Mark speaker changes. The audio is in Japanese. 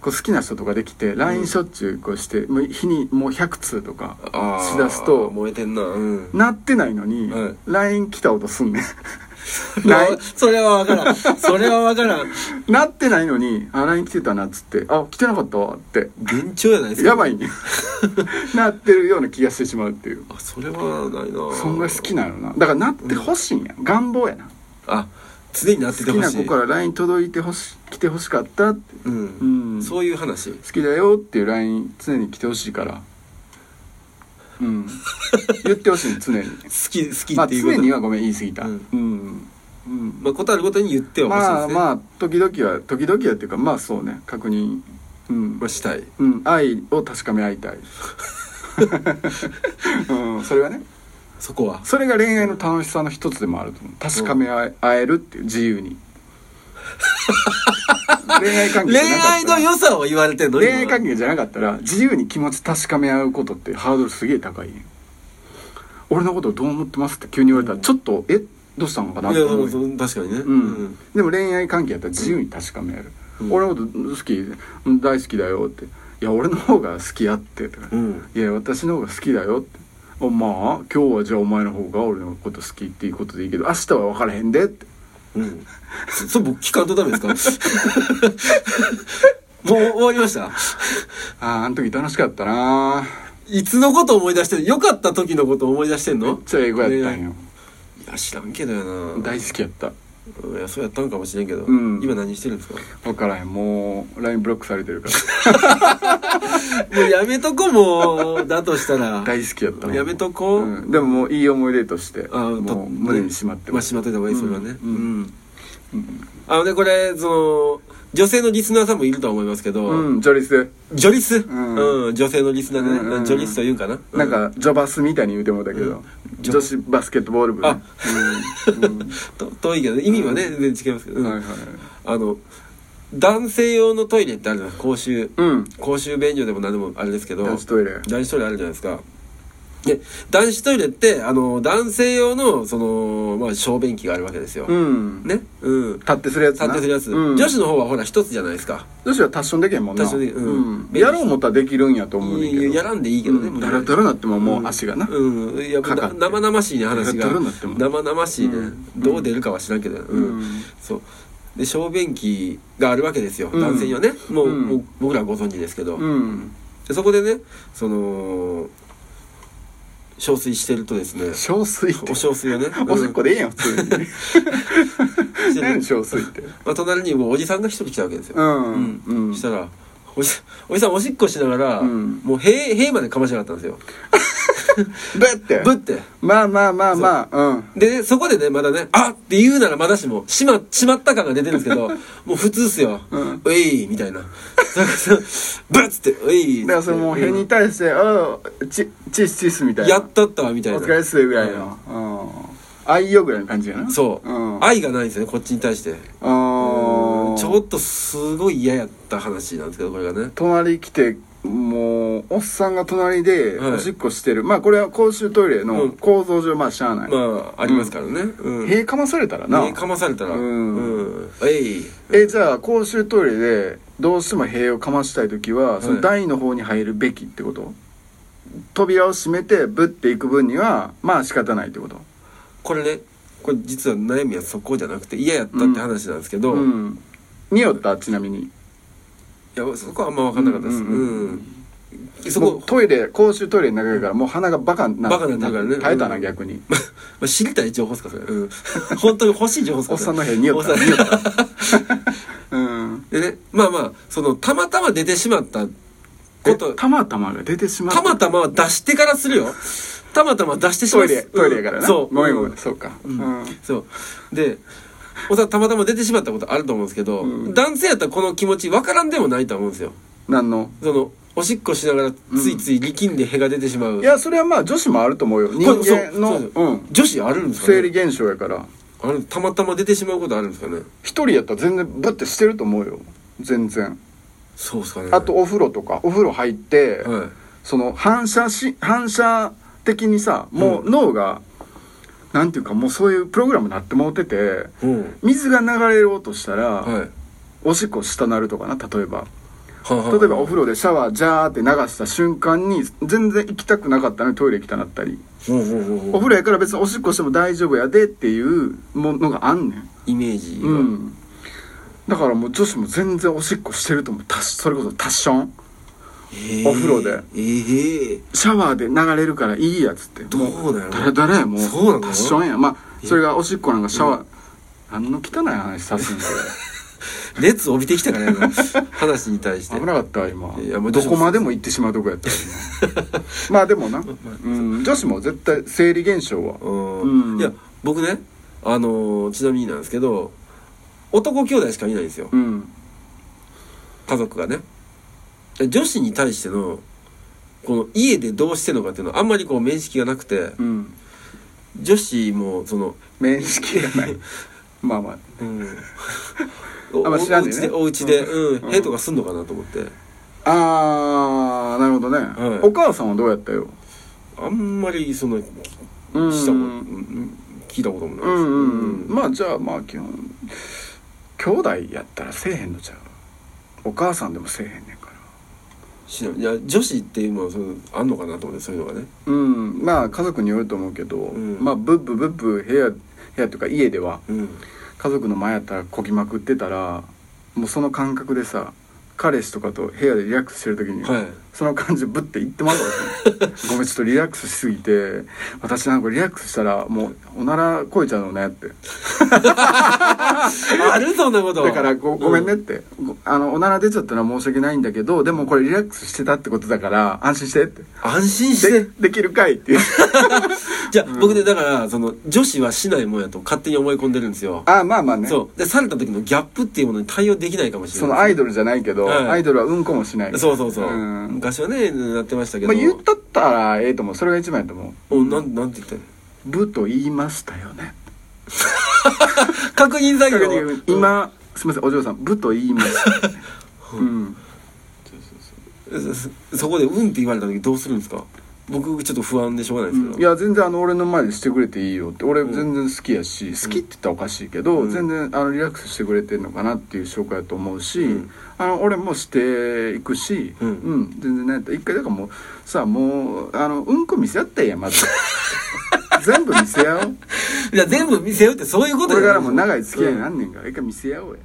Speaker 1: こう好きな人とかできて LINE しょっちゅうこうして、もう日にもう100通とか
Speaker 2: あー
Speaker 1: しだすと
Speaker 2: 燃えてんな うん
Speaker 1: なってないのに、
Speaker 2: はい
Speaker 1: LINE 来た音すん ねん
Speaker 2: な
Speaker 1: LINE
Speaker 2: それは分からんそれは分からん
Speaker 1: なってないのに「あ LINE 来てたな」っつって「あ来てなかったわ」って
Speaker 2: 幻聴やないですか
Speaker 1: やばい ねなってるような気がしてしまうっていう
Speaker 2: あそれはないな
Speaker 1: そんな好きなのなだからなってほしいんや、願望やな
Speaker 2: あ常になって
Speaker 1: 好
Speaker 2: て
Speaker 1: き
Speaker 2: ほ
Speaker 1: な
Speaker 2: しい
Speaker 1: 子から LINE 届いてほし来てほしかったって
Speaker 2: う、
Speaker 1: うんん
Speaker 2: そういう話
Speaker 1: 好きだよっていう LINE 常に来てほしいからうん 言ってほしい常に
Speaker 2: 好き好き
Speaker 1: まあ
Speaker 2: っていうこと、
Speaker 1: 常にはごめん言い過ぎた
Speaker 2: う
Speaker 1: うんん、うん
Speaker 2: まあ、ことあるごとに言ってはほしい
Speaker 1: まあ
Speaker 2: ですね
Speaker 1: まあ時々は時々はっていうかまあそうね確認うん
Speaker 2: まあ、したい
Speaker 1: うん、愛を確かめ合いた い、うん、それがね
Speaker 2: そこは
Speaker 1: それが恋愛の楽しさの一つでもあると思う確かめ合え,、るっていう自由 に恋愛関係
Speaker 2: 恋
Speaker 1: じゃなかっ
Speaker 2: 愛の
Speaker 1: たら
Speaker 2: 良さを言われてんの
Speaker 1: 恋愛関
Speaker 2: 係
Speaker 1: 係じゃなかったら自由に気持ち確かめ合うことってハードルすげえ高い俺のことどう思ってますって急に言われたらちょっと、えどうしたのかなって思うよ
Speaker 2: 確かにね
Speaker 1: うんでも恋愛関係やったら自由に確かめる、
Speaker 2: うん
Speaker 1: 俺のこと好きうん大好きだよって「いや俺の方が好きやって」とか
Speaker 2: うん、
Speaker 1: いや私の方が好きだよ」って「おまあ今日はじゃあお前の方が俺のこと好きっていうことでいいけど明日は分からへんで」って
Speaker 2: うんそそれ僕聞かんとダメですか もう終わりました
Speaker 1: 「あああの時楽しかったない
Speaker 2: つのこと思い出してんの良かった時のこと思い出してん
Speaker 1: めっ
Speaker 2: の
Speaker 1: ちゃ英語やったん
Speaker 2: 恋愛
Speaker 1: よ
Speaker 2: いや知らんけどやな
Speaker 1: 大好きやった
Speaker 2: うんいやそうやったんかもしれんけど、
Speaker 1: うん
Speaker 2: 今何してるんですか
Speaker 1: 分からへんもう LINE ブロックされてるから
Speaker 2: もうやめとこもうだとしたら
Speaker 1: 大好きやった
Speaker 2: やめとこう
Speaker 1: うんでももういい思い出として
Speaker 2: あーと
Speaker 1: もう胸にしまって
Speaker 2: ま
Speaker 1: ま
Speaker 2: あ
Speaker 1: す
Speaker 2: しまってた方がいいそれはね
Speaker 1: うんうん
Speaker 2: うんあのねこれその女性のリスナーさんもいるとは思いますけど、
Speaker 1: うんジョリス
Speaker 2: ジョリス、
Speaker 1: ん
Speaker 2: うん女性のリスナーでね、
Speaker 1: うんうんうん
Speaker 2: ジョリスというんかな、
Speaker 1: なんかジョバスみたいに言うてもうたけど、女子バスケットボール部ね
Speaker 2: あ
Speaker 1: うん うん
Speaker 2: と遠いけど意味はね、全然違いますけど、うん
Speaker 1: はいはい
Speaker 2: あの男性用のトイレってあるじゃないですか公衆、
Speaker 1: うん
Speaker 2: 公衆便所でも何でもあれですけど
Speaker 1: 男子トイレ
Speaker 2: 男子トイレあるじゃないですかで男子トイレってあの男性用のその、まあ、小便器があるわけですよ、
Speaker 1: うん
Speaker 2: ねうん
Speaker 1: 立ってするやつな
Speaker 2: 立ってするやつ、
Speaker 1: うん
Speaker 2: 女子の方はほら一つじゃないですか
Speaker 1: 女子はタッションできへんもんな
Speaker 2: タッションできうん
Speaker 1: うんやろう思ったらできるんやと思うねんけ
Speaker 2: い
Speaker 1: ど
Speaker 2: ややらんでいいけどね
Speaker 1: うん
Speaker 2: もう
Speaker 1: だらだらなってももう足がな
Speaker 2: うん、やっぱ
Speaker 1: かか
Speaker 2: な
Speaker 1: って
Speaker 2: 生々しいね話
Speaker 1: だ
Speaker 2: が
Speaker 1: らだらになっても
Speaker 2: 生々しいね、
Speaker 1: うん
Speaker 2: どう出るかは知らんけど、うん
Speaker 1: うん
Speaker 2: そうで小便器があるわけですよ、
Speaker 1: うん
Speaker 2: 男性にはねもう,、
Speaker 1: うん
Speaker 2: もう僕らはご存知ですけど、
Speaker 1: うん
Speaker 2: でそこでねその憔水してるとですね
Speaker 1: 小水って
Speaker 2: お小水をね、
Speaker 1: おしっこ
Speaker 2: で、
Speaker 1: でええやん普 通に何やねん小水って
Speaker 2: まあ、隣にもうおじさんが一人来たわけですよ、
Speaker 1: うん
Speaker 2: う、
Speaker 1: うんん
Speaker 2: したらおじおじさんおしっこしながら、
Speaker 1: うん
Speaker 2: もう塀塀までかましやがったんですよ
Speaker 1: ブッて
Speaker 2: ぶって
Speaker 1: まあまあまあまあうん
Speaker 2: でね、そこでね、まだね、あって言うならまだしも、しま、しまった感が出てるん ですけど、もう普通っすよ。
Speaker 1: うん
Speaker 2: ういみたいな。なんかそのブッつって、うい
Speaker 1: だからそれもう辺に対して「ああチチスチス」みたいな
Speaker 2: やったったわ、みたいな。
Speaker 1: お疲れっすぐらいの、うん、愛よぐらいの感じやな
Speaker 2: そう、
Speaker 1: うん、
Speaker 2: 愛がないんですよね、こっちに対して。
Speaker 1: あー
Speaker 2: ちょっとすごい嫌やった話なんですけど、これがね。
Speaker 1: 隣来てもうおっさんが隣で
Speaker 2: はい
Speaker 1: おしっこしてる、まあこれは公衆トイレ
Speaker 2: う
Speaker 1: の
Speaker 2: ん
Speaker 1: 構造上まあしゃあない、
Speaker 2: まあ、ありますからね。うん。
Speaker 1: 塀かまされたらな、
Speaker 2: ねかまされたら、
Speaker 1: う
Speaker 2: うん
Speaker 1: ん。
Speaker 2: うい
Speaker 1: えじゃあ公衆トイレでどうしても塀をかましたい時はそ
Speaker 2: はい
Speaker 1: の台の方に入るべきってこと、扉を閉めてぶっていく分にはまあ仕方ないってこと
Speaker 2: これね、これ実は悩みはそこじゃなくて嫌やったって話なんですけど、
Speaker 1: うん匂ったちなみに
Speaker 2: いやそこはあんま分かんなかったです
Speaker 1: うん
Speaker 2: う
Speaker 1: うんうん
Speaker 2: ん、そ
Speaker 1: も
Speaker 2: こ
Speaker 1: うトイレ公衆トイレの中やからもう鼻がバカにな
Speaker 2: バカになってるからね
Speaker 1: 耐えた
Speaker 2: う
Speaker 1: なん逆に、
Speaker 2: まあ知りたい情報っすかそれ、 うん、本当に欲しい情報っすか
Speaker 1: おっさんの部屋
Speaker 2: 辺
Speaker 1: に匂った匂 ったうん
Speaker 2: でねまあまあそのたまたま出てしまったこ
Speaker 1: え
Speaker 2: と
Speaker 1: たまたまが出てしまう
Speaker 2: たまたまは出してからするよたまたま出してしま
Speaker 1: ト
Speaker 2: う
Speaker 1: イレトイレやから
Speaker 2: う
Speaker 1: な
Speaker 2: そう
Speaker 1: ごめんごめ
Speaker 2: うん
Speaker 1: そうかうんん
Speaker 2: そうでおさんたまたま出てしまったことあると思うんですけど、
Speaker 1: うん
Speaker 2: 男性やったらこの気持ち分からんでもないと思うんですよ
Speaker 1: 何の
Speaker 2: そのおしっこしながらついつい力んで屁が出てしまう、
Speaker 1: いやそれはまあ女子もあると思うよ人
Speaker 2: これそう
Speaker 1: 間の
Speaker 2: そう
Speaker 1: うん
Speaker 2: 女子あるんですか、ね、
Speaker 1: 生理現象やから
Speaker 2: あれたまたま出てしまうことあるんですかね
Speaker 1: 一人やったら全然ブッてしてると思うよ全然
Speaker 2: そうですかね
Speaker 1: あとお風呂とかお風呂入って、
Speaker 2: はい
Speaker 1: その反射し反射的にさもう脳が、なんていうかもうそういうプログラムになってもうてて
Speaker 2: うん
Speaker 1: 水が流れようとしたら、
Speaker 2: はい
Speaker 1: おしっこしたなるとかな例えば
Speaker 2: はあはあ
Speaker 1: 例えばお風呂でシャワージャーって流した瞬間に全然行きたくなかったのにトイレ行きたなったり
Speaker 2: ほうほうほうほう
Speaker 1: お風呂やから別におしっこしても大丈夫やでっていうものがあんねん
Speaker 2: イメージが、
Speaker 1: うんだからもう女子も全然おしっこしてると思うたしそれこそタッション
Speaker 2: え
Speaker 1: お風呂で
Speaker 2: ええ
Speaker 1: シャワーで流れるからいいやつっても
Speaker 2: どうなの
Speaker 1: だらだらやもう
Speaker 2: そうなの
Speaker 1: タッションやまあそれがおしっこなんかシャワー、何の汚い話さ すんだよ
Speaker 2: 熱帯びてきたからね 話に対して
Speaker 1: 危なかったわ今
Speaker 2: いやもう
Speaker 1: どこまでも行ってしまうとこや ったわ今まあでもな、うん、女子も絶対生理現象は
Speaker 2: う
Speaker 1: うんん
Speaker 2: いや僕ねあのーちなみになんですけど男兄弟しかいないんですよ
Speaker 1: うん
Speaker 2: 家族がね女子に対してのこの家でどうしてんのかっていうのはあんまりこう面識がなくて
Speaker 1: うん
Speaker 2: 女子もその、
Speaker 1: 面識が ないまあまあ
Speaker 2: うん、お
Speaker 1: あんま知らん
Speaker 2: お
Speaker 1: ねん
Speaker 2: 家
Speaker 1: ね
Speaker 2: でお家で
Speaker 1: うん
Speaker 2: うんへとかすんのかなと思って
Speaker 1: あーなるほどね、
Speaker 2: はい
Speaker 1: お母さんはどうやったよ
Speaker 2: あんまりそのき
Speaker 1: うん
Speaker 2: したことうん聞いたこともない
Speaker 1: うん
Speaker 2: です
Speaker 1: うんうん
Speaker 2: うん
Speaker 1: まあじゃあまあ基本兄弟やったらせえへんのちゃうお母さんでもせえへんねんから
Speaker 2: しないいや女子っていうのはそのあんのかなと思ってそういうのがね
Speaker 1: うんまあ家族によると思うけど、
Speaker 2: ん
Speaker 1: まあブッブブッブ部屋部屋というか家では
Speaker 2: うん
Speaker 1: 家族の前やったらこぎまくってたらもうその感覚でさ彼氏とかと部屋でリラックスしてる時に、
Speaker 2: はい
Speaker 1: その感じぶって言ってもらうわけごめんちょっとリラックスしすぎて私なんかリラックスしたらもうおならこいちゃうのねって
Speaker 2: あるそんなこと
Speaker 1: だからごごめんねって、ごあのおなら出ちゃったら申し訳ないんだけどでもこれリラックスしてたってことだから安心してって
Speaker 2: 安心して
Speaker 1: でできるかいって いう
Speaker 2: じゃあ、僕ねだからその女子はしないもんやと勝手に思い込んでるんですよ、
Speaker 1: あまあまあねそ
Speaker 2: そうでされた時のギャップっていうものに対応できないかもしれ
Speaker 1: の
Speaker 2: な
Speaker 1: ア
Speaker 2: い
Speaker 1: イドルじゃないけど、
Speaker 2: はい
Speaker 1: アイドルはうんこもしないから
Speaker 2: そうそうそう、
Speaker 1: ん
Speaker 2: 昔はねなってましたけ
Speaker 1: ま
Speaker 2: ど、
Speaker 1: あ、言ったったらええと思うそれが一番やと思う
Speaker 2: おなんなんて言ったの
Speaker 1: 「部」と言いましたよね
Speaker 2: 確認作
Speaker 1: 確
Speaker 2: 業
Speaker 1: 認今すみませんお嬢さん「部」と言いましたよ ねうん
Speaker 2: うんそそこで「うん」って言われた時どうするんですか僕ちょっと不安でしょうがないですけど、
Speaker 1: いや全然あの俺の前でしてくれていいよって俺全然好きやし、好きって言ったらおかしいけど、
Speaker 2: うん
Speaker 1: 全然あのリラックスしてくれてんのかなっていう紹介だと思うし、
Speaker 2: うん
Speaker 1: あの俺もしていくし、
Speaker 2: う
Speaker 1: うんん全然なんやったら一回だからもうさあもうあのうんこ見せ合ったらええやんま ず全部見せ合おう
Speaker 2: いや全部見せようってそういうこ
Speaker 1: ことれ
Speaker 2: じ
Speaker 1: から
Speaker 2: ゃない
Speaker 1: もう長い付き合いになんねんから、一回見せ合おうや